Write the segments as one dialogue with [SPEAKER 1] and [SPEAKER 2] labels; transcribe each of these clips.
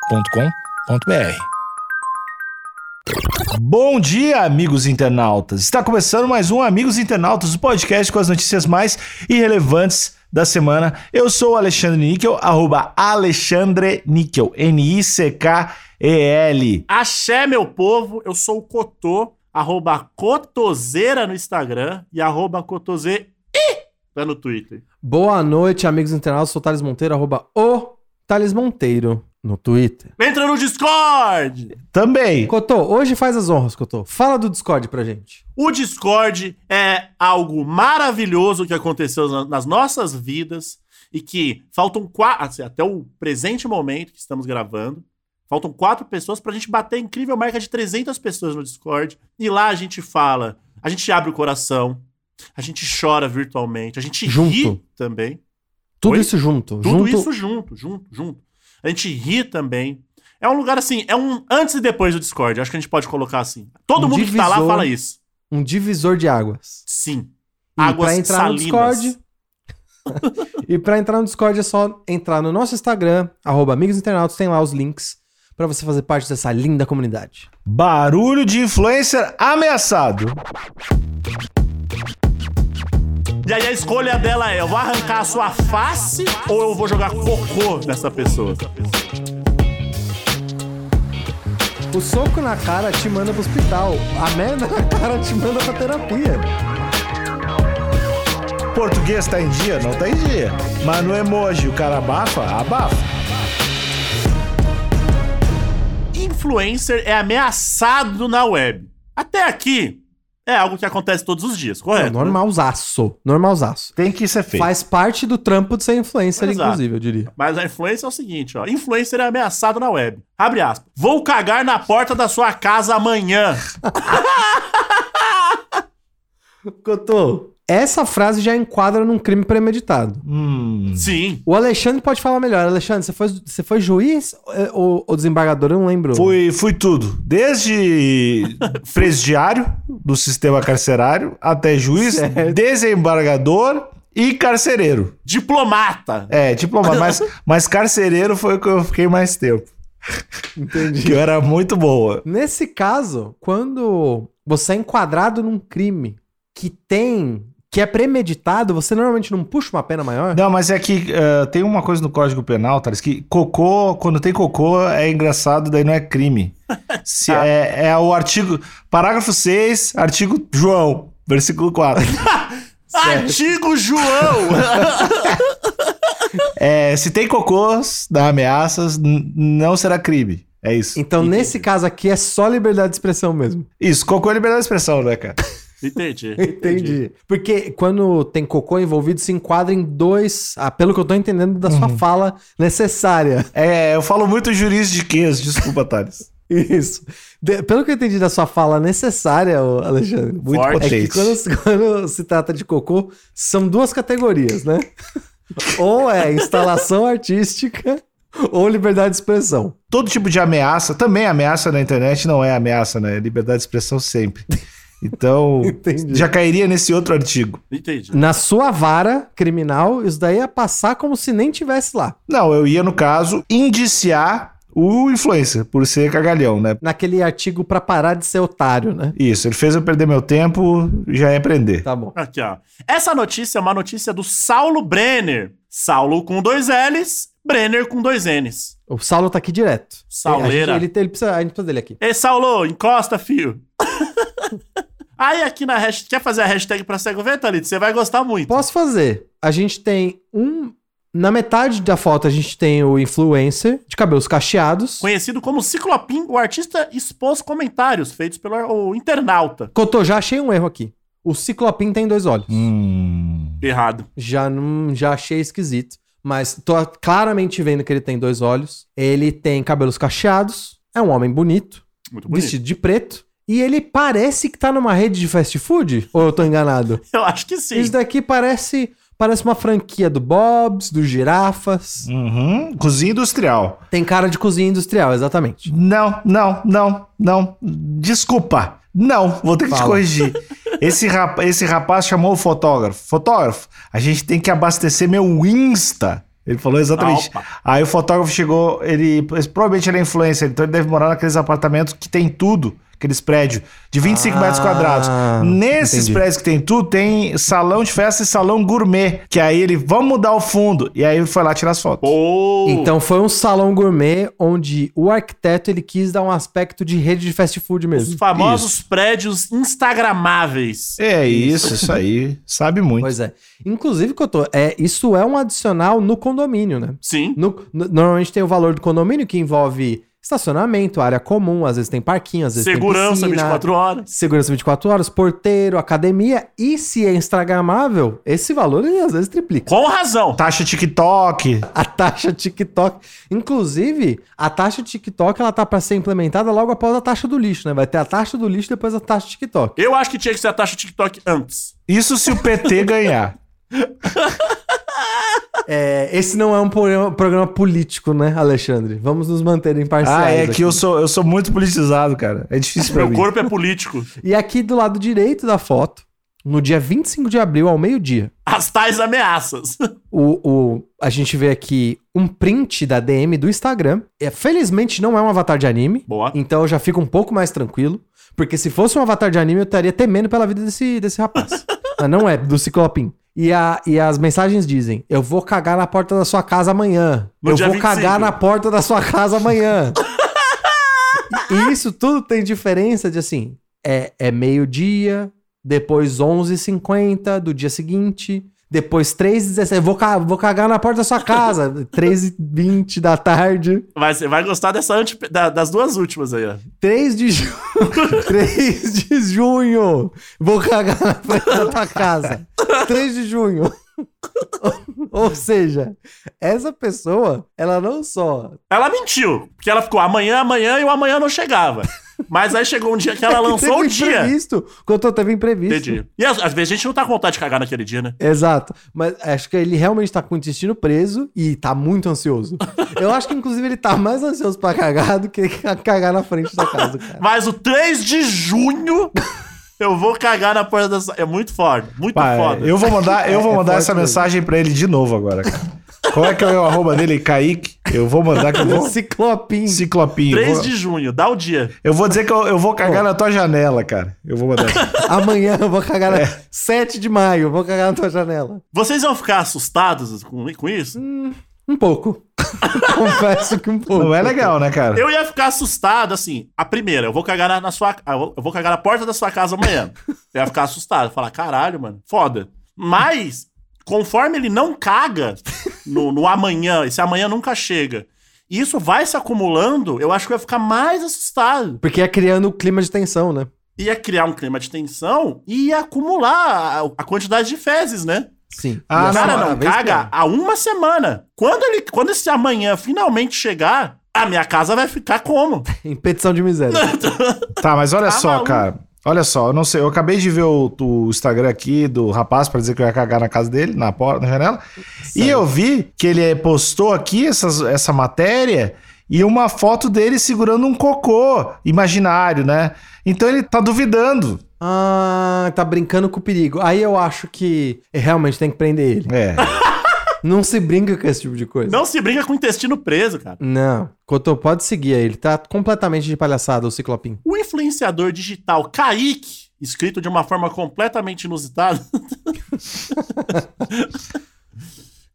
[SPEAKER 1] agenciadepodcast.com.br.
[SPEAKER 2] Bom dia, amigos internautas. Está começando mais um Amigos Internautas, o podcast com as notícias mais irrelevantes da semana. Eu sou o Alexandre Níquel, arroba Alexandre Níquel, N-I-C-K-E-L.
[SPEAKER 3] Axé, meu povo, eu sou o Cotô, arroba Cotoseira no Instagram e arroba Cotoseira no Twitter.
[SPEAKER 4] Boa noite, amigos internautas. Sou Thales Monteiro, arroba o Thales Monteiro no Twitter.
[SPEAKER 3] Entra no Discord!
[SPEAKER 2] Também.
[SPEAKER 4] Cotô, hoje faz as honras, Cotô. Fala do Discord pra gente.
[SPEAKER 3] O Discord é algo maravilhoso que aconteceu na- nas nossas vidas e que faltam quatro, até o presente momento que estamos gravando, faltam quatro pessoas pra gente bater a incrível marca de 300 pessoas no Discord. E lá a gente fala, a gente abre o coração, a gente chora virtualmente, a gente ri
[SPEAKER 4] Junto.
[SPEAKER 3] também.
[SPEAKER 4] Tudo
[SPEAKER 3] Oi?
[SPEAKER 4] isso junto.
[SPEAKER 3] Tudo
[SPEAKER 4] junto.
[SPEAKER 3] isso junto, junto, junto. A gente ri também. É um lugar assim, é um antes e depois do Discord. Acho que a gente pode colocar assim. Todo
[SPEAKER 4] Um
[SPEAKER 3] mundo que tá lá
[SPEAKER 4] divisor.
[SPEAKER 3] fala isso.
[SPEAKER 4] Um divisor de águas.
[SPEAKER 3] Sim.
[SPEAKER 4] E
[SPEAKER 3] Águas
[SPEAKER 4] pra entrar
[SPEAKER 3] salinas.
[SPEAKER 4] no Discord. e pra entrar no Discord é só entrar no nosso Instagram, arroba amigos internautas, tem lá os links pra você fazer parte dessa linda comunidade.
[SPEAKER 2] Barulho de influencer ameaçado.
[SPEAKER 3] E aí a escolha dela é: eu vou arrancar a sua face ou eu vou jogar cocô nessa pessoa?
[SPEAKER 4] O soco na cara te manda pro hospital. A merda na cara te manda pra terapia.
[SPEAKER 2] Português tá em dia? Não tá em dia. Mas no emoji o cara abafa? Abafa.
[SPEAKER 3] Influencer é ameaçado na web. Até aqui é algo que acontece todos os dias,
[SPEAKER 4] É,
[SPEAKER 3] correto?
[SPEAKER 4] normalzaço. Normalzaço.
[SPEAKER 2] Tem que ser feito.
[SPEAKER 4] Faz parte do trampo de ser influencer,
[SPEAKER 3] Exato.
[SPEAKER 4] inclusive, eu diria.
[SPEAKER 3] Mas a influência é o seguinte, ó. Influencer é ameaçado na web. Abre aspas. Vou cagar na porta da sua casa amanhã.
[SPEAKER 4] Cotô. Essa frase já enquadra num crime premeditado.
[SPEAKER 2] Hum.
[SPEAKER 3] Sim.
[SPEAKER 4] O Alexandre pode falar melhor. Alexandre, você foi, você foi juiz eh, ou, ou desembargador? Eu não lembro.
[SPEAKER 2] Fui, fui tudo. Desde presidiário do sistema carcerário até juiz,
[SPEAKER 4] Certo.
[SPEAKER 2] desembargador e carcereiro.
[SPEAKER 3] Diplomata.
[SPEAKER 2] É, diplomata, mas, mas carcereiro foi o que eu fiquei mais tempo.
[SPEAKER 4] Entendi.
[SPEAKER 2] Que eu era muito boa.
[SPEAKER 4] Nesse caso, quando você é enquadrado num crime que tem. que é premeditado, você normalmente não puxa uma pena maior?
[SPEAKER 2] Não, mas é que eh, tem uma coisa no Código Penal, Thales, que cocô, quando tem cocô, é engraçado, daí não é crime. Se
[SPEAKER 3] Ah.
[SPEAKER 2] é, é o artigo. Parágrafo 6, artigo João, versículo 4.
[SPEAKER 3] Antigo João.
[SPEAKER 2] É, se tem cocôs, dá ameaças, n- não será crime. É isso.
[SPEAKER 4] Então, nesse caso aqui, é só liberdade de expressão mesmo.
[SPEAKER 2] Isso, cocô é liberdade de expressão, né, cara?
[SPEAKER 3] Entendi.
[SPEAKER 4] Entendi. Porque quando tem cocô envolvido, se enquadra em dois, ah, pelo que eu tô entendendo da sua fala necessária.
[SPEAKER 2] É, eu falo muito juridiquês, desculpa, Thales.
[SPEAKER 4] Isso. De- pelo que eu entendi da sua fala necessária, ô, Alexandre,
[SPEAKER 2] Muito
[SPEAKER 3] Forte.
[SPEAKER 4] é
[SPEAKER 2] potente.
[SPEAKER 4] que quando, se- quando se trata de cocô, são duas categorias, né? ou é instalação artística ou liberdade de expressão.
[SPEAKER 2] Todo tipo de ameaça, também ameaça na internet não é ameaça, né? É liberdade de expressão sempre. Então,
[SPEAKER 4] Entendi.
[SPEAKER 2] já cairia nesse outro artigo.
[SPEAKER 3] Entendi.
[SPEAKER 4] Na sua vara criminal, isso daí ia passar como se nem tivesse lá.
[SPEAKER 2] Não, eu ia, no caso, indiciar o influencer por ser cagalhão, né?
[SPEAKER 4] Naquele artigo pra parar de ser otário, né?
[SPEAKER 2] Isso, ele fez eu perder meu tempo, já é prender.
[SPEAKER 4] Tá bom.
[SPEAKER 3] Aqui, ó. Essa notícia é uma notícia do Saulo Brenner. Saulo com dois L's, Brenner com dois N's.
[SPEAKER 4] O Saulo tá aqui direto.
[SPEAKER 3] Sauleira.
[SPEAKER 4] A gente, ele, ele precisa, a gente precisa dele aqui.
[SPEAKER 3] Ei, Saulo, encosta, fio. Aí aqui na hashtag. Quer fazer a hashtag pra cego ver, Thalita? Você vai gostar muito.
[SPEAKER 4] Posso fazer? A gente tem um. Na metade da foto, a gente tem o influencer de cabelos cacheados.
[SPEAKER 3] Conhecido como Ciclopim, o artista expôs comentários feitos pelo o internauta.
[SPEAKER 4] Cotô, já achei um erro aqui. O ciclopim tem dois olhos.
[SPEAKER 2] Hum.
[SPEAKER 3] Errado.
[SPEAKER 4] Já não, já achei esquisito. Mas tô claramente vendo que ele tem dois olhos. Ele tem cabelos cacheados. É um homem bonito,
[SPEAKER 3] Muito bonito.
[SPEAKER 4] vestido de preto. E ele parece que tá numa rede de fast food? Ou eu tô enganado?
[SPEAKER 3] Eu acho que sim.
[SPEAKER 4] Isso daqui parece parece uma franquia do Bob's, do Girafas.
[SPEAKER 3] Hum.
[SPEAKER 2] Uhum. Cozinha industrial.
[SPEAKER 4] Tem cara de cozinha industrial, exatamente.
[SPEAKER 2] Não, não, não, não. Desculpa. Não, vou ter que te
[SPEAKER 4] Fala.
[SPEAKER 2] corrigir. Esse, rapa- esse rapaz chamou o fotógrafo. Fotógrafo, a gente tem que abastecer meu Insta Ele falou
[SPEAKER 4] Ah,
[SPEAKER 2] exatamente.
[SPEAKER 3] Opa.
[SPEAKER 2] Aí o fotógrafo chegou, ele esse- provavelmente ele é influencer, então ele deve morar naqueles apartamentos que tem tudo, aqueles prédios de 25
[SPEAKER 4] Ah,
[SPEAKER 2] metros quadrados. Nesses
[SPEAKER 4] entendi.
[SPEAKER 2] prédios que tem tudo, tem salão de festa e salão gourmet, que aí ele vamos mudar o fundo e aí ele foi lá tirar as fotos.
[SPEAKER 3] Pô!
[SPEAKER 4] Então foi um salão gourmet onde o arquiteto ele quis dar um aspecto de rede de fast food
[SPEAKER 3] os
[SPEAKER 4] mesmo.
[SPEAKER 3] famosos prédios instagramáveis.
[SPEAKER 2] É isso, isso aí, sabe muito.
[SPEAKER 4] Pois é. Inclusive, Cotô, é, isso é um adicional no condomínio, né?
[SPEAKER 3] Sim.
[SPEAKER 4] No- no- normalmente tem o valor do condomínio que envolve estacionamento, área comum, às vezes tem parquinho, às vezes
[SPEAKER 3] Segurança
[SPEAKER 4] tem piscina,
[SPEAKER 3] 24 horas.
[SPEAKER 4] segurança 24 horas, porteiro, academia. E se é instagramável, esse valor ele, às vezes triplica.
[SPEAKER 3] Com razão.
[SPEAKER 2] Taxa TikTok,
[SPEAKER 4] A taxa TikTok, inclusive, a taxa TikTok ela tá para ser implementada logo após a taxa do lixo, né? Vai ter a taxa do lixo depois a taxa TikTok.
[SPEAKER 3] Eu acho que tinha que ser a taxa TikTok antes.
[SPEAKER 2] isso se o PT ganhar.
[SPEAKER 4] É, esse não é um programa, programa político, né, Alexandre? Vamos nos manter imparciais.
[SPEAKER 2] Ah, é
[SPEAKER 4] aqui.
[SPEAKER 2] que eu sou, eu sou muito politizado, cara. É difícil pra
[SPEAKER 3] Meu
[SPEAKER 2] mim.
[SPEAKER 3] corpo é político.
[SPEAKER 4] E aqui do lado direito da foto, no dia 25 de abril, ao meio-dia,
[SPEAKER 3] As tais ameaças.
[SPEAKER 4] o, o- a gente vê aqui um print da DM do Instagram. É, felizmente não é um avatar de anime,
[SPEAKER 3] Boa.
[SPEAKER 4] então eu já fico um pouco mais tranquilo. Porque se fosse um avatar de anime, eu estaria temendo pela vida desse, desse rapaz. Mas não é, do Ciclopim. E, a- e as mensagens dizem: Eu vou cagar na porta da sua casa amanhã.
[SPEAKER 3] No
[SPEAKER 4] eu
[SPEAKER 3] dia
[SPEAKER 4] vou
[SPEAKER 3] 25.
[SPEAKER 4] cagar na porta da sua casa amanhã. e isso tudo tem diferença de assim: é, é meio-dia, depois 11h50 do dia seguinte, depois 3h17. Vou, ca- vou cagar na porta da sua casa, 3h20 da tarde.
[SPEAKER 3] Vai, você vai gostar dessa ante, da- das duas últimas aí, ó.
[SPEAKER 4] 3 de junho. 3 de junho. Vou cagar na frente da tua casa. 3 de junho. Ou seja, essa pessoa, ela não só.
[SPEAKER 3] Ela mentiu, porque ela ficou amanhã, amanhã e o amanhã não chegava. Mas aí chegou um dia que ela lançou o
[SPEAKER 4] É teve
[SPEAKER 3] dia.
[SPEAKER 4] imprevisto. Contou, teve imprevisto.
[SPEAKER 3] Entendi. E às, às vezes a gente não tá com vontade de cagar naquele dia, né?
[SPEAKER 4] Exato. Mas acho que ele realmente tá com o intestino preso e tá muito ansioso. Eu acho que, inclusive, ele tá mais ansioso pra cagar do que cagar na frente da casa, do cara.
[SPEAKER 3] Mas o 3 de junho eu vou cagar na porta da. sa- É muito foda, muito
[SPEAKER 2] Pá,
[SPEAKER 3] foda.
[SPEAKER 2] eu vou mandar, eu vou
[SPEAKER 4] É
[SPEAKER 2] mandar
[SPEAKER 4] forte
[SPEAKER 2] essa
[SPEAKER 4] mesmo.
[SPEAKER 2] mensagem pra ele de novo agora, cara. Qual é que é o arroba dele? Kaique? Eu vou mandar que eu vou...
[SPEAKER 4] Ciclopinho.
[SPEAKER 2] Ciclopinho. Eu
[SPEAKER 3] 3
[SPEAKER 2] vou,
[SPEAKER 3] de junho, dá o dia.
[SPEAKER 2] eu vou dizer que eu, eu vou cagar na tua janela, cara. Eu vou mandar.
[SPEAKER 4] Amanhã eu vou cagar na.
[SPEAKER 3] É.
[SPEAKER 4] 7 de maio, eu vou cagar na tua janela.
[SPEAKER 3] Vocês vão ficar assustados com, com isso?
[SPEAKER 4] Um pouco. Confesso que um pouco.
[SPEAKER 2] Não é legal, né, cara?
[SPEAKER 3] Eu ia ficar assustado, assim. A primeira, eu vou cagar na, na sua. ah, Eu vou cagar na porta da sua casa amanhã. Eu ia ficar assustado. Falar, caralho, mano, foda. Mas, conforme ele não caga no, no amanhã, esse amanhã nunca chega, e isso vai se acumulando, eu acho que eu ia ficar mais assustado.
[SPEAKER 4] Porque é criando o clima de tensão, né?
[SPEAKER 3] Ia criar um clima de tensão e ia acumular a, a quantidade de fezes, né?
[SPEAKER 4] Sim.
[SPEAKER 2] Ah,
[SPEAKER 4] E
[SPEAKER 3] O
[SPEAKER 2] não,
[SPEAKER 3] cara
[SPEAKER 4] essa- é
[SPEAKER 3] não
[SPEAKER 4] vez
[SPEAKER 3] caga há uma semana. Quando, ele, quando esse amanhã finalmente chegar, a minha casa vai ficar como?
[SPEAKER 4] que é. Em petição de miséria.
[SPEAKER 2] Tá, mas olha
[SPEAKER 3] Tá
[SPEAKER 2] só,
[SPEAKER 3] maluco.
[SPEAKER 2] cara. Olha só, eu não sei, eu acabei de ver o, o Instagram aqui do rapaz pra dizer que eu ia cagar na casa dele, na porta, na janela. E eu vi que ele postou aqui essas- essa matéria e uma foto dele segurando um cocô imaginário, né? Então ele tá duvidando.
[SPEAKER 4] Ah, tá brincando com o perigo. Aí eu acho que realmente tem que prender ele.
[SPEAKER 2] É.
[SPEAKER 4] Não se brinca com esse tipo de coisa.
[SPEAKER 3] Não se brinca com o intestino preso, cara.
[SPEAKER 4] Não. Cotô, pode seguir aí. Ele tá completamente de palhaçada, o Ciclopim.
[SPEAKER 3] O influenciador digital Kaique, escrito de uma forma completamente inusitada,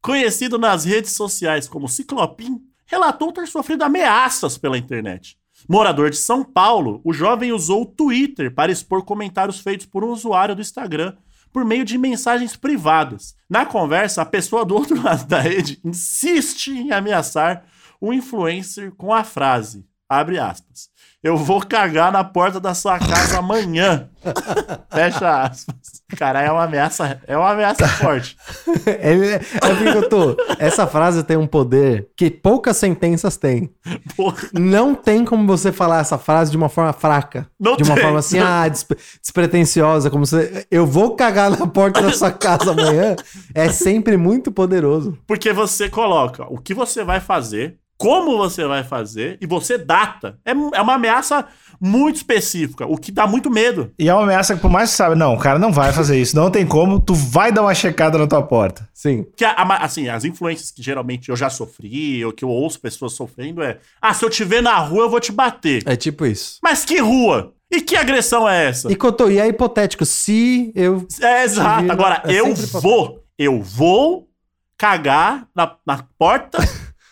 [SPEAKER 3] conhecido nas redes sociais como Ciclopim, relatou ter sofrido ameaças pela internet. Morador de São Paulo, o jovem usou o Twitter para expor comentários feitos por um usuário do Instagram por meio de mensagens privadas. Na conversa, a pessoa do outro lado da rede insiste em ameaçar o influencer com a frase, abre aspas, eu vou cagar na porta da sua casa amanhã. Fecha aspas. Caralho, é uma ameaça, é uma ameaça forte.
[SPEAKER 4] Ele, é porque, Cotô, essa frase tem um poder que poucas sentenças têm.
[SPEAKER 3] Porra.
[SPEAKER 4] Não tem como você falar essa frase de uma forma fraca.
[SPEAKER 3] Não
[SPEAKER 4] de uma
[SPEAKER 3] tem.
[SPEAKER 4] forma assim,
[SPEAKER 3] Não.
[SPEAKER 4] ah, desp- despretensiosa, como se eu vou cagar na porta da sua casa amanhã. É sempre muito poderoso.
[SPEAKER 3] Porque você coloca o que você vai fazer, como você vai fazer e você data. É, mu- é uma ameaça muito específica, o que dá muito medo.
[SPEAKER 2] E é uma ameaça que, por mais que você saiba, não, o cara não vai fazer isso, não tem como, tu vai dar uma checada na tua porta.
[SPEAKER 4] Sim.
[SPEAKER 3] Porque, a- a ma- assim, as influências que geralmente eu já sofri, ou que eu ouço pessoas sofrendo é: ah, se eu te ver na rua, eu vou te bater.
[SPEAKER 4] É tipo isso.
[SPEAKER 3] Mas que rua? E que agressão é essa?
[SPEAKER 4] E, quanto, e é hipotético. Se eu.
[SPEAKER 3] É exato.
[SPEAKER 4] Vira-
[SPEAKER 3] Agora,
[SPEAKER 4] é
[SPEAKER 3] eu
[SPEAKER 4] sempre pra-
[SPEAKER 3] vou, eu vou cagar na, na porta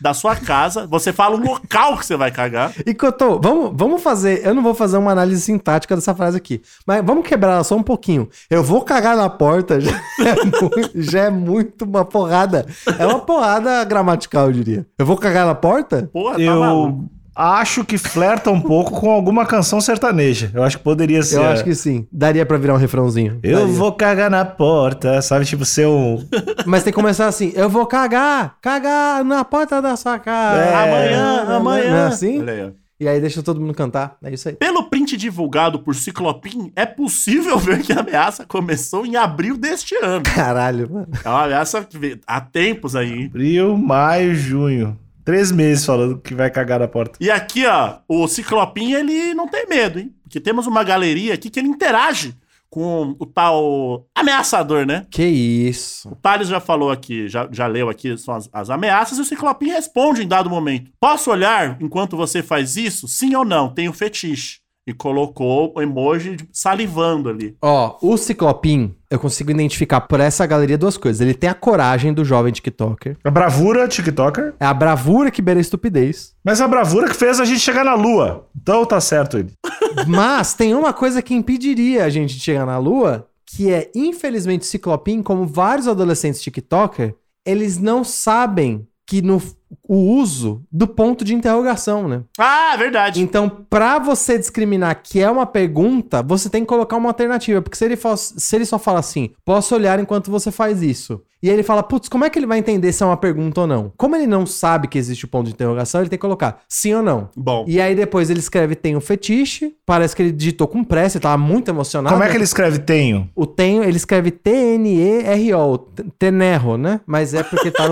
[SPEAKER 3] da sua casa. Você fala o local que você vai cagar.
[SPEAKER 4] E Cotô, vamos, vamos fazer. Eu não vou fazer uma análise sintática dessa frase aqui. Mas vamos quebrar ela só um pouquinho. Eu vou cagar na porta já é, mu- já é muito uma porrada. É uma porrada gramatical, eu diria. Eu vou cagar na porta?
[SPEAKER 3] Porra, tá maluco.
[SPEAKER 2] Eu acho que flerta um pouco com alguma canção sertaneja. Eu acho que poderia ser. é,
[SPEAKER 4] Eu acho que sim. Daria pra virar um refrãozinho.
[SPEAKER 2] Eu
[SPEAKER 4] Daria.
[SPEAKER 2] vou cagar na porta, sabe? Tipo, ser um.
[SPEAKER 4] Mas tem que começar assim. Eu vou cagar, cagar na porta da sua casa.
[SPEAKER 2] É.
[SPEAKER 3] Amanhã,
[SPEAKER 4] Não é
[SPEAKER 3] amanhã.
[SPEAKER 4] assim?
[SPEAKER 3] Olha aí, ó.
[SPEAKER 4] E aí deixa todo mundo cantar. É isso aí.
[SPEAKER 3] Pelo print divulgado por Ciclopim, é possível ver que a ameaça começou em abril deste ano.
[SPEAKER 4] Caralho, mano.
[SPEAKER 3] É uma ameaça que vem- há tempos aí. hein?
[SPEAKER 2] Abril, maio, junho. Três meses falando que vai cagar na porta.
[SPEAKER 3] E aqui, ó, o Ciclopim, ele não tem medo, hein? Porque temos uma galeria aqui que ele interage com o tal ameaçador, né?
[SPEAKER 4] Que isso.
[SPEAKER 3] O Thales já falou aqui, já, já leu aqui, são as, as ameaças, e o Ciclopim responde em dado momento. Posso olhar enquanto você faz isso? Sim ou não? Tenho fetiche. E colocou o emoji de- salivando ali.
[SPEAKER 4] Ó, o Ciclopim, eu consigo identificar por essa galeria duas coisas. Ele tem a coragem do jovem TikToker.
[SPEAKER 2] A bravura, TikToker.
[SPEAKER 4] É a bravura que beira a estupidez.
[SPEAKER 2] Mas a bravura que fez a gente chegar na lua. Então tá certo ele.
[SPEAKER 4] Mas tem uma coisa que impediria a gente de chegar na lua, que é, infelizmente, o Ciclopim, como vários adolescentes TikToker, eles não sabem que no o uso do ponto de interrogação, né?
[SPEAKER 3] Ah, verdade.
[SPEAKER 4] Então, pra você discriminar que é uma pergunta, você tem que colocar uma alternativa. Porque se ele, fo- se ele só fala assim, posso olhar enquanto você faz isso. E ele fala, putz, como é que ele vai entender se é uma pergunta ou não? Como ele não sabe que existe o ponto de interrogação, ele tem que colocar sim ou não.
[SPEAKER 3] Bom.
[SPEAKER 4] E aí depois ele escreve tem um fetiche, parece que ele digitou com pressa, ele tava muito emocionado.
[SPEAKER 2] Como é
[SPEAKER 4] né?
[SPEAKER 2] que ele escreve tenho?
[SPEAKER 4] O tenho, ele escreve T-N-E-R-O, t- Tenerro, né? Mas é porque tava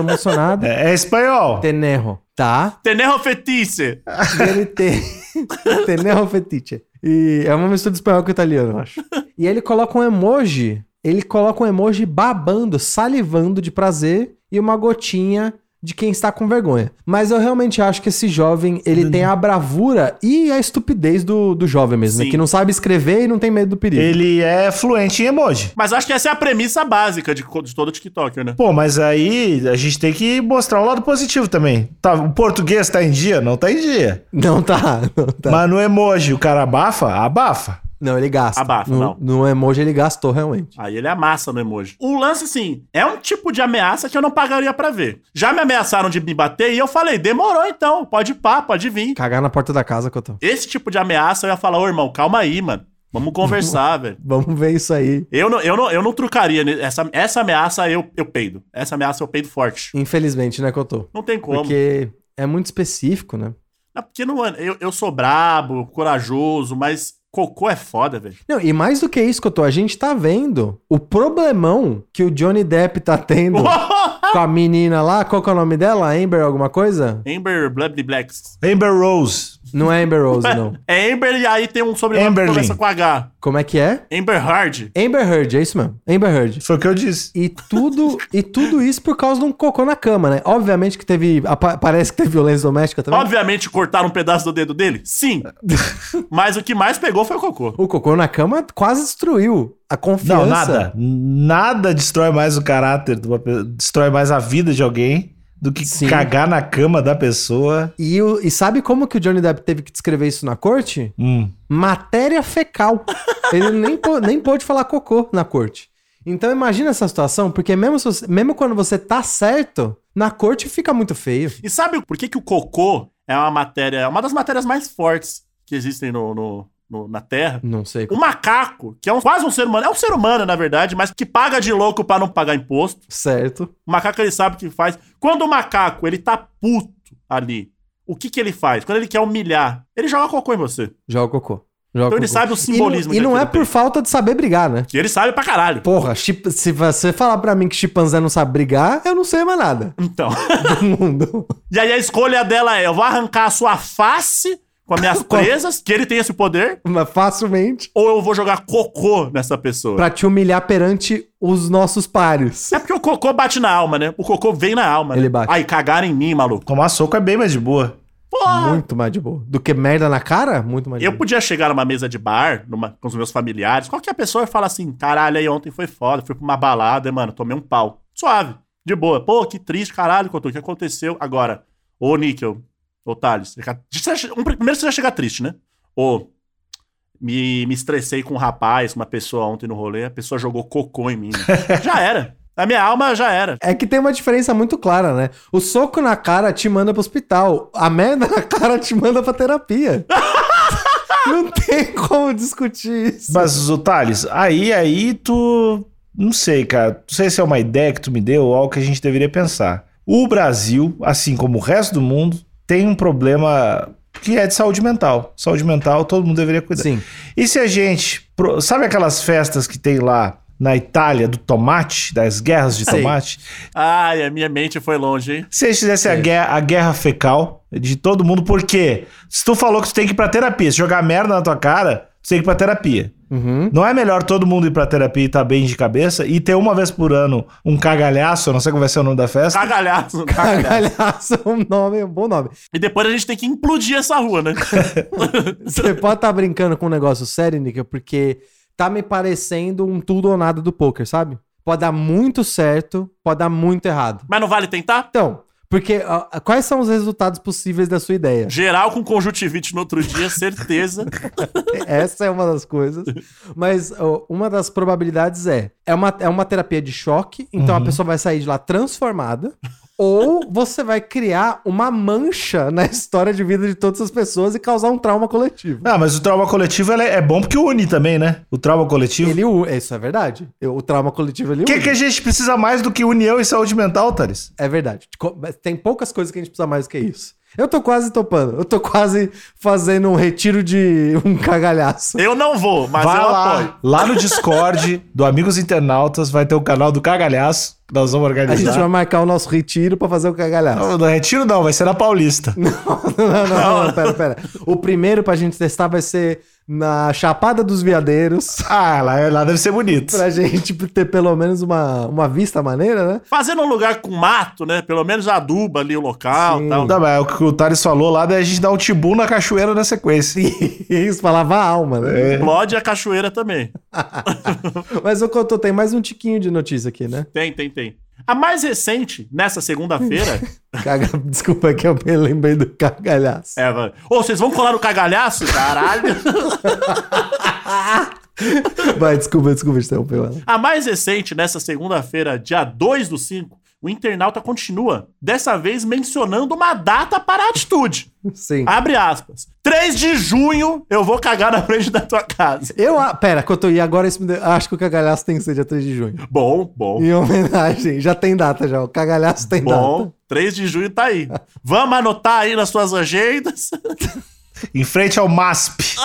[SPEAKER 4] emocionado.
[SPEAKER 2] É, é espanhol.
[SPEAKER 4] Tenerro, tá?
[SPEAKER 3] Tenerro fetiche.
[SPEAKER 4] E ele tem. Tenero fetiche. E é uma mistura de espanhol com italiano, eu acho. E ele coloca um emoji. Ele coloca um emoji babando, salivando de prazer e uma gotinha de quem está com vergonha. Mas eu realmente acho que esse jovem, ele tem a bravura e a estupidez do, do jovem mesmo, né?
[SPEAKER 3] Sim.
[SPEAKER 4] Que não sabe escrever e não tem medo do perigo.
[SPEAKER 2] Ele é fluente em emoji.
[SPEAKER 3] Mas acho que essa é a premissa básica de, co- de todo TikToker, né?
[SPEAKER 2] Pô, mas aí a gente tem que mostrar o lado positivo também. Tá, o português tá em dia? Não tá em dia.
[SPEAKER 4] Não tá, não tá.
[SPEAKER 2] Mas no emoji o cara abafa? Abafa.
[SPEAKER 4] Não, ele gasta.
[SPEAKER 3] Abafa,
[SPEAKER 4] no,
[SPEAKER 3] não.
[SPEAKER 4] No emoji ele gastou, realmente.
[SPEAKER 3] Aí ele amassa no emoji. O lance, assim, é um tipo de ameaça que eu não pagaria pra ver. Já me ameaçaram de me bater e eu falei, demorou então, pode ir pá, pode vir.
[SPEAKER 4] Cagar na porta da casa, Cotão.
[SPEAKER 3] Esse tipo de ameaça eu ia falar, ô irmão, calma aí, mano. Vamos conversar, velho.
[SPEAKER 4] Vamos ver isso aí.
[SPEAKER 3] Eu não, eu não, eu não trucaria. ne- Essa, essa ameaça eu, eu peido. Essa ameaça eu peido forte.
[SPEAKER 4] Infelizmente, né, Cotô?
[SPEAKER 3] Não tem como.
[SPEAKER 4] Porque é muito específico, né?
[SPEAKER 3] Não, porque não, eu, eu sou brabo, corajoso, mas cocô é foda, velho.
[SPEAKER 4] Não, e mais do que isso, Cotô, a gente tá vendo o problemão que o Johnny Depp tá tendo com a menina lá. Qual que é o nome dela? Amber alguma coisa?
[SPEAKER 3] Amber Bloody Blacks.
[SPEAKER 2] Amber Rose.
[SPEAKER 4] Não é Amber Rose, não.
[SPEAKER 3] É Amber e aí tem um sobrenome
[SPEAKER 2] Amberlin.
[SPEAKER 3] que começa com H.
[SPEAKER 4] Como é que é?
[SPEAKER 3] Amber Hard.
[SPEAKER 4] Amber Heard, é isso mesmo. Amber Heard.
[SPEAKER 2] Foi o que eu disse.
[SPEAKER 4] E tudo, e tudo isso por causa de um cocô na cama, né? Obviamente que teve. apa- Parece que teve violência doméstica também.
[SPEAKER 3] Obviamente cortaram um pedaço do dedo dele? Sim. mas o que mais pegou foi o cocô.
[SPEAKER 4] O cocô na cama quase destruiu a confiança.
[SPEAKER 2] Não, nada. Nada destrói mais o caráter, de uma pe- destrói mais a vida de alguém do que
[SPEAKER 4] Sim.
[SPEAKER 2] cagar na cama da pessoa.
[SPEAKER 4] E, o- e sabe como que o Johnny Depp teve que descrever isso na corte?
[SPEAKER 2] Hum.
[SPEAKER 4] matéria fecal. Ele nem, pô- nem pôde falar cocô na corte. Então imagina essa situação, porque mesmo, se você- mesmo quando você tá certo, na corte fica muito feio.
[SPEAKER 3] E sabe por que, que o cocô é uma matéria, é uma das matérias mais fortes que existem no- no- no, na Terra?
[SPEAKER 4] Não sei.
[SPEAKER 3] O macaco, que é um- quase um ser humano, é um ser humano, na verdade, mas que paga de louco pra não pagar imposto.
[SPEAKER 4] Certo.
[SPEAKER 3] O macaco ele sabe o que faz. Quando o macaco ele tá puto ali, o que que ele faz? Quando ele quer humilhar, ele joga cocô em você.
[SPEAKER 4] Joga o cocô. Joga
[SPEAKER 3] Então ele
[SPEAKER 4] com-
[SPEAKER 3] sabe o
[SPEAKER 4] E não-
[SPEAKER 3] simbolismo
[SPEAKER 4] E não,
[SPEAKER 3] que
[SPEAKER 4] é
[SPEAKER 3] aquilo
[SPEAKER 4] por
[SPEAKER 3] tem.
[SPEAKER 4] falta de saber brigar, né?
[SPEAKER 3] E ele sabe pra caralho.
[SPEAKER 4] Porra, chip- se você falar pra mim que chimpanzé não sabe brigar, eu não sei mais nada
[SPEAKER 3] Então.
[SPEAKER 4] do mundo.
[SPEAKER 3] E aí a escolha dela é: eu vou arrancar a sua face com as minhas presas, que ele tem esse poder,
[SPEAKER 4] Mas facilmente.
[SPEAKER 3] ou eu vou jogar cocô nessa pessoa.
[SPEAKER 4] Pra te humilhar perante os nossos pares.
[SPEAKER 3] É porque o cocô bate na alma, né? O cocô vem na alma.
[SPEAKER 4] Ele
[SPEAKER 3] né?
[SPEAKER 4] bate.
[SPEAKER 3] Aí cagaram em mim, maluco.
[SPEAKER 2] Tomar soco é bem mais de boa.
[SPEAKER 3] Porra!
[SPEAKER 4] Muito mais de boa. Do que merda na cara? Muito mais de
[SPEAKER 3] Eu
[SPEAKER 4] boa.
[SPEAKER 3] podia chegar numa mesa de bar, numa- com os meus familiares, qualquer pessoa fala assim: caralho, aí ontem foi foda, fui pra uma balada, mano, tomei um pau. Suave, de boa. Pô, que triste, caralho, Cotô, o que aconteceu? Agora, ô Níquel, ô Thales, você já- você já- um, primeiro você já chega triste, né? Ô, me, me estressei com um rapaz, com uma pessoa ontem no rolê, a pessoa jogou cocô em mim. né? já era. A minha alma já era.
[SPEAKER 4] É que tem uma diferença muito clara, né? O soco na cara te manda pro hospital. A merda na cara te manda pra terapia. não tem como discutir isso.
[SPEAKER 2] Mas, ô Thales, aí, aí tu. Não sei, cara. Não sei se é uma ideia que tu me deu ou algo que a gente deveria pensar. O Brasil, assim como o resto do mundo, tem um problema que é de saúde mental. Saúde mental todo mundo deveria cuidar.
[SPEAKER 4] Sim.
[SPEAKER 2] E se a gente. pro- Sabe aquelas festas que tem lá na Itália do tomate, das guerras de
[SPEAKER 4] Sei.
[SPEAKER 2] tomate?
[SPEAKER 3] Ai, a minha mente foi longe, hein?
[SPEAKER 2] Se eles fizessem a
[SPEAKER 4] Sei.
[SPEAKER 2] guerra, a guerra fecal de todo mundo, por quê? Se tu falou que tu tem que ir pra terapia, se jogar merda na tua cara, tu tem que ir pra terapia.
[SPEAKER 4] Uhum.
[SPEAKER 2] Não é melhor todo mundo ir pra terapia e tá bem de cabeça e ter uma vez por ano um cagalhaço, eu não sei qual vai ser o nome da festa?
[SPEAKER 3] Cagalhaço. cagalhaço.
[SPEAKER 4] Cagalhaço é um nome, é um bom nome.
[SPEAKER 3] E depois a gente tem que implodir essa rua, né?
[SPEAKER 4] Você pode estar brincando com um negócio sério, Nickel, porque tá me parecendo um tudo ou nada do poker, sabe? Pode dar muito certo, pode dar muito errado.
[SPEAKER 3] Mas não vale tentar?
[SPEAKER 4] Então, porque ó, quais são os resultados possíveis da sua ideia?
[SPEAKER 3] Geral com conjuntivite no outro dia, certeza.
[SPEAKER 4] Essa é uma das coisas. Mas ó, uma das probabilidades é: é uma, é uma terapia de choque, então
[SPEAKER 2] Uhum.
[SPEAKER 4] a pessoa vai sair de lá transformada. Ou você vai criar uma mancha na história de vida de todas as pessoas e causar um trauma coletivo.
[SPEAKER 2] Ah, mas o trauma coletivo ele é é bom porque une também, né? O trauma coletivo.
[SPEAKER 4] Ele, u- isso é verdade. Eu- O trauma coletivo ele
[SPEAKER 2] O que,
[SPEAKER 4] une.
[SPEAKER 2] que a gente precisa mais do que união e saúde mental, Thales?
[SPEAKER 4] É verdade. Co- mas Tem poucas coisas que a gente precisa mais do que isso. Eu tô quase topando. Eu tô quase fazendo um retiro de um cagalhaço.
[SPEAKER 3] Eu não vou, mas
[SPEAKER 2] Vai
[SPEAKER 3] eu apoio.
[SPEAKER 2] lá, lá no Discord do Amigos Internautas vai ter o canal do Cagalhaço. que Nós vamos
[SPEAKER 4] A gente vai
[SPEAKER 2] organizar.
[SPEAKER 4] marcar o nosso retiro pra fazer o cagalhaço.
[SPEAKER 2] Não, no retiro não, vai ser na Paulista.
[SPEAKER 4] Não, não, não, não, pera, pera. O primeiro pra gente testar vai ser na Chapada dos Veadeiros.
[SPEAKER 2] Ah, lá, lá deve ser bonito.
[SPEAKER 4] Pra gente ter pelo menos uma, uma vista maneira, né?
[SPEAKER 3] Fazendo um lugar com mato, né? Pelo menos aduba ali o local
[SPEAKER 4] Sim.
[SPEAKER 3] e tal.
[SPEAKER 2] Tá, mas é o que o Thales falou lá é a gente dar um tibu na cachoeira na sequência.
[SPEAKER 4] Isso, falava a alma, né?
[SPEAKER 3] Explode a cachoeira também.
[SPEAKER 4] Mas o Cotô tem mais um tiquinho de notícia aqui, né?
[SPEAKER 3] Tem, tem, tem. A mais recente, nessa segunda-feira,
[SPEAKER 4] Caga... Desculpa que eu me lembrei do cagalhaço.
[SPEAKER 3] é, vai. Ô, vocês vão colar no cagalhaço? Caralho! É.
[SPEAKER 4] Vai, desculpa, desculpa interrompeu ela.
[SPEAKER 3] A mais recente, nessa segunda-feira, dia 2 do 5, o internauta continua, dessa vez mencionando uma data para a atitude.
[SPEAKER 4] Sim.
[SPEAKER 3] Abre aspas. 3 de junho, eu vou cagar na frente da tua casa.
[SPEAKER 4] Eu, a- pera, Cotô, e agora isso me deu- acho que o cagalhaço tem que ser dia 3 de junho.
[SPEAKER 3] Bom, bom,
[SPEAKER 4] Em homenagem, já tem data já, o cagalhaço tem data.
[SPEAKER 3] bom. 3 de junho tá aí. Vamos anotar aí nas suas agendas.
[SPEAKER 2] Em frente ao MASP.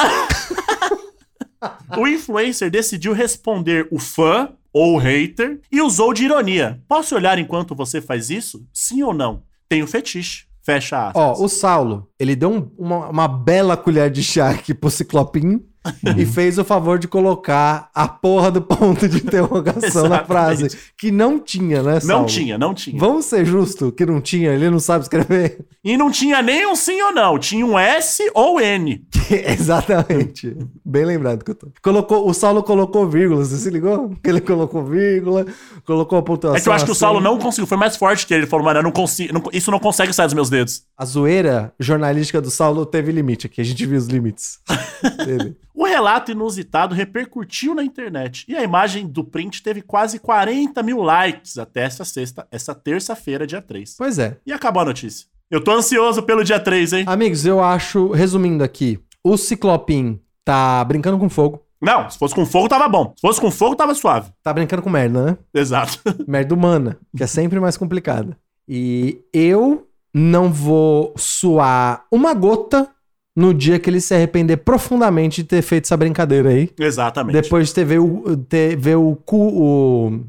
[SPEAKER 4] Ah.
[SPEAKER 3] O influencer decidiu responder o fã ou o hater e usou de ironia. Posso olhar enquanto você faz isso? Sim ou não? Tenho fetiche. Fecha aspas.
[SPEAKER 4] Ó, o Saulo, ele deu um- uma, uma bela colher de chá aqui pro Ciclopim
[SPEAKER 3] Uhum.
[SPEAKER 4] e fez o favor de colocar a porra do ponto de interrogação na
[SPEAKER 3] Exatamente.
[SPEAKER 4] frase, que não tinha, né, Saulo?
[SPEAKER 3] não tinha, não tinha.
[SPEAKER 4] Vamos ser justos que não tinha, ele não sabe escrever?
[SPEAKER 3] E não tinha nem um sim ou não. Tinha um S ou N. É
[SPEAKER 4] Exatamente. Bem lembrado que eu tô. Colocou, o Saulo colocou vírgulas, você se ligou? Que ele colocou vírgula, colocou a pontuação.
[SPEAKER 3] É que eu acho que o
[SPEAKER 4] assim.
[SPEAKER 3] Saulo não conseguiu. Foi mais forte que ele. Ele falou, mano, eu não consigo. não- isso não consegue sair dos meus dedos.
[SPEAKER 4] A zoeira jornalística do Saulo teve limite aqui, a gente viu os limites dele.
[SPEAKER 3] O relato inusitado repercutiu na internet e a imagem do print teve quase 40 mil likes até essa sexta, essa terça-feira, dia 3.
[SPEAKER 4] Pois é.
[SPEAKER 3] E acabou a notícia. Eu tô ansioso pelo dia 3, hein?
[SPEAKER 4] Amigos, eu acho, resumindo aqui, o Ciclopim tá brincando com fogo,
[SPEAKER 3] Não, se fosse com fogo, tava bom. Se fosse com fogo, tava suave.
[SPEAKER 4] tá brincando com merda, né?
[SPEAKER 3] Exato.
[SPEAKER 4] Merda humana, que é sempre mais complicada. E eu não vou suar uma gota no dia que ele se arrepender profundamente de ter feito essa brincadeira aí.
[SPEAKER 3] Exatamente.
[SPEAKER 4] Depois de ter ver o, ter ver o cu. O,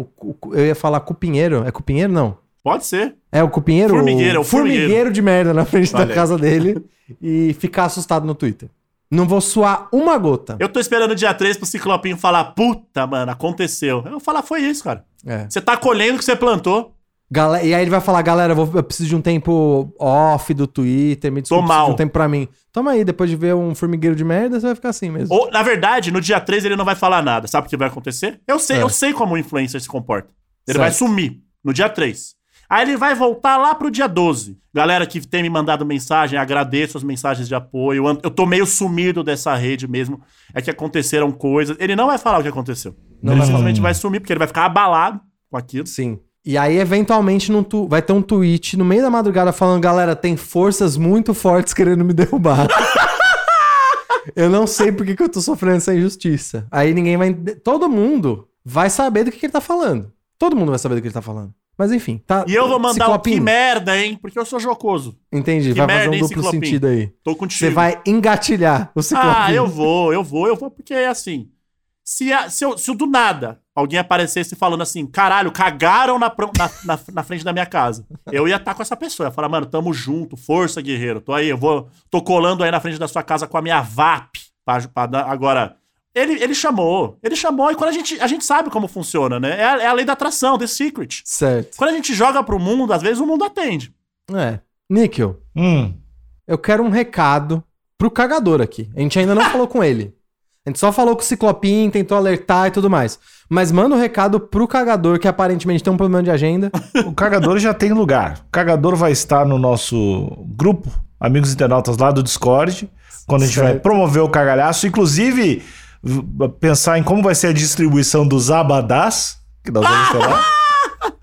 [SPEAKER 4] o, cu- eu ia falar cupinheiro. É cupinheiro? Não.
[SPEAKER 3] Pode ser.
[SPEAKER 4] É o cupinheiro?
[SPEAKER 3] Formigueiro, é
[SPEAKER 4] o
[SPEAKER 3] o
[SPEAKER 4] formigueiro.
[SPEAKER 3] formigueiro.
[SPEAKER 4] de merda na frente
[SPEAKER 3] Olha
[SPEAKER 4] da
[SPEAKER 3] aí.
[SPEAKER 4] casa dele e ficar assustado no Twitter. Não vou suar uma gota.
[SPEAKER 3] Eu tô esperando o dia 3 pro Ciclopinho falar, puta, mano, aconteceu. Eu vou falar, foi isso, cara.
[SPEAKER 4] É.
[SPEAKER 3] Você tá colhendo o que você plantou.
[SPEAKER 4] Gale- E aí ele vai falar, galera, eu vou- eu preciso de um tempo off do Twitter, me desculpa,
[SPEAKER 3] Tô
[SPEAKER 4] preciso de um
[SPEAKER 3] mal.
[SPEAKER 4] tempo pra mim. Toma aí, depois de ver um formigueiro de merda, você vai ficar assim mesmo.
[SPEAKER 3] Ou, na verdade, no dia 3 ele não vai falar nada. Sabe o que vai acontecer? Eu sei,
[SPEAKER 4] É.
[SPEAKER 3] eu sei como o influencer se comporta. Ele
[SPEAKER 4] Certo.
[SPEAKER 3] vai sumir no dia 3. Aí ele vai voltar lá pro dia 12. Galera que tem me mandado mensagem, agradeço as mensagens de apoio. Eu tô meio sumido dessa rede mesmo. É que aconteceram coisas. Ele não vai falar o que aconteceu.
[SPEAKER 4] Não
[SPEAKER 3] ele
[SPEAKER 4] vai falar.
[SPEAKER 3] simplesmente vai sumir, porque ele vai ficar abalado com aquilo.
[SPEAKER 4] Sim. E aí, eventualmente, num tu- vai ter um tweet no meio da madrugada falando, galera, tem forças muito fortes querendo me derrubar. eu não sei por que, que eu tô sofrendo essa injustiça. Aí ninguém vai. ent- Todo mundo vai saber do que, que ele tá falando. Todo mundo vai saber do que ele tá falando. Mas enfim, tá.
[SPEAKER 3] E eu vou mandar um que
[SPEAKER 4] Ciclopinho.
[SPEAKER 3] merda, hein? Porque eu sou jocoso.
[SPEAKER 4] Entendi,
[SPEAKER 3] que
[SPEAKER 4] vai fazer
[SPEAKER 3] merda,
[SPEAKER 4] um
[SPEAKER 3] hein,
[SPEAKER 4] duplo
[SPEAKER 3] Ciclopinho?
[SPEAKER 4] sentido aí.
[SPEAKER 3] Tô contigo.
[SPEAKER 4] Você vai engatilhar o ciclopinho.
[SPEAKER 3] Ah, eu vou, eu vou, eu vou, porque é assim. Se, a- se, eu, se eu do nada alguém aparecesse falando assim, caralho, cagaram na, pro- na, na, na frente da minha casa, eu ia estar com essa pessoa. Ia falar, mano, tamo junto, força, guerreiro. Tô aí, eu vou. Tô colando aí na frente da sua casa com a minha VAP. Pra, ju- pra dar- agora. Ele, ele chamou, ele chamou, e quando a gente, a gente sabe como funciona, né? É a, é a lei da atração, The Secret.
[SPEAKER 4] Certo.
[SPEAKER 3] Quando a gente joga pro mundo, às vezes o mundo atende.
[SPEAKER 4] É. Níquel,
[SPEAKER 2] Hum.
[SPEAKER 4] eu quero um recado pro cagador aqui. A gente ainda não falou com ele. A gente só falou com o Ciclopim, tentou alertar e tudo mais. Mas manda um recado pro cagador que aparentemente tem um problema de agenda.
[SPEAKER 2] O cagador já tem lugar. O cagador vai estar no nosso grupo, amigos internautas lá do Discord, quando a gente vai
[SPEAKER 4] Certo.
[SPEAKER 2] promover o cagalhaço, inclusive v- pensar em como vai ser a distribuição dos abadás, que nós vamos ter lá,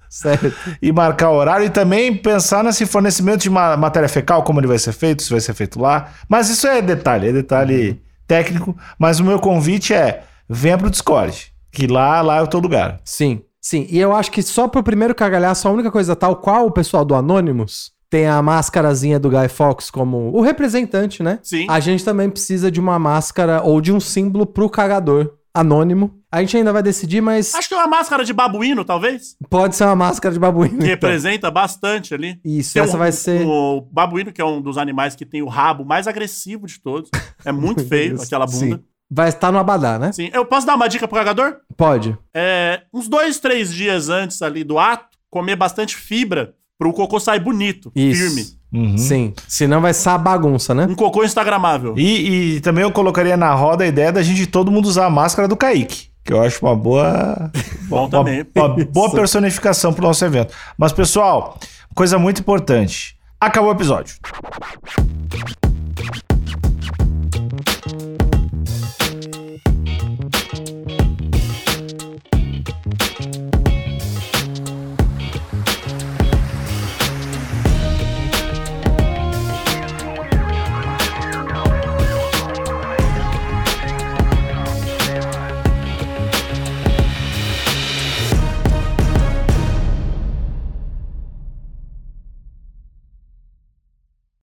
[SPEAKER 4] Certo.
[SPEAKER 2] e marcar o horário, e também pensar nesse fornecimento de ma- matéria fecal, como ele vai ser feito, se vai ser feito lá. Mas isso é detalhe, é detalhe técnico. Mas o meu convite é: venha pro Discord, que lá, lá é o teu lugar.
[SPEAKER 4] Sim, sim. E eu acho que só pro primeiro cagalhaço, a única coisa tal qual o pessoal do Anonymous tem a máscarazinha do Guy Fox como o representante, né?
[SPEAKER 3] Sim.
[SPEAKER 4] A gente também precisa de uma máscara ou de um símbolo pro cagador anônimo. A gente ainda vai decidir, mas
[SPEAKER 3] Acho que é uma máscara de babuíno, talvez,
[SPEAKER 4] pode ser uma máscara de babuíno.
[SPEAKER 3] que
[SPEAKER 4] então.
[SPEAKER 3] representa bastante ali.
[SPEAKER 4] Isso,
[SPEAKER 3] Tem
[SPEAKER 4] essa
[SPEAKER 3] um-
[SPEAKER 4] vai ser.
[SPEAKER 3] O babuíno, que é um dos animais que tem o rabo mais agressivo de todos. É muito feio
[SPEAKER 4] Isso,
[SPEAKER 3] aquela bunda.
[SPEAKER 4] sim. Vai estar no Abadá, né?
[SPEAKER 3] Sim. Eu posso dar uma dica pro cagador?
[SPEAKER 4] Pode.
[SPEAKER 3] É, uns dois, três dias antes ali do ato, comer bastante fibra pro cocô sair bonito,
[SPEAKER 4] Isso.
[SPEAKER 3] firme.
[SPEAKER 2] Uhum.
[SPEAKER 4] Sim. Senão vai ser a bagunça, né?
[SPEAKER 3] Um cocô instagramável.
[SPEAKER 2] E, e também eu colocaria na roda a ideia da gente todo mundo usar a máscara do Kaique. Que eu acho uma boa.
[SPEAKER 3] Bom
[SPEAKER 2] uma-
[SPEAKER 3] também.
[SPEAKER 2] Uma, boa personificação pro nosso evento. Mas, pessoal, coisa muito importante. Acabou o episódio.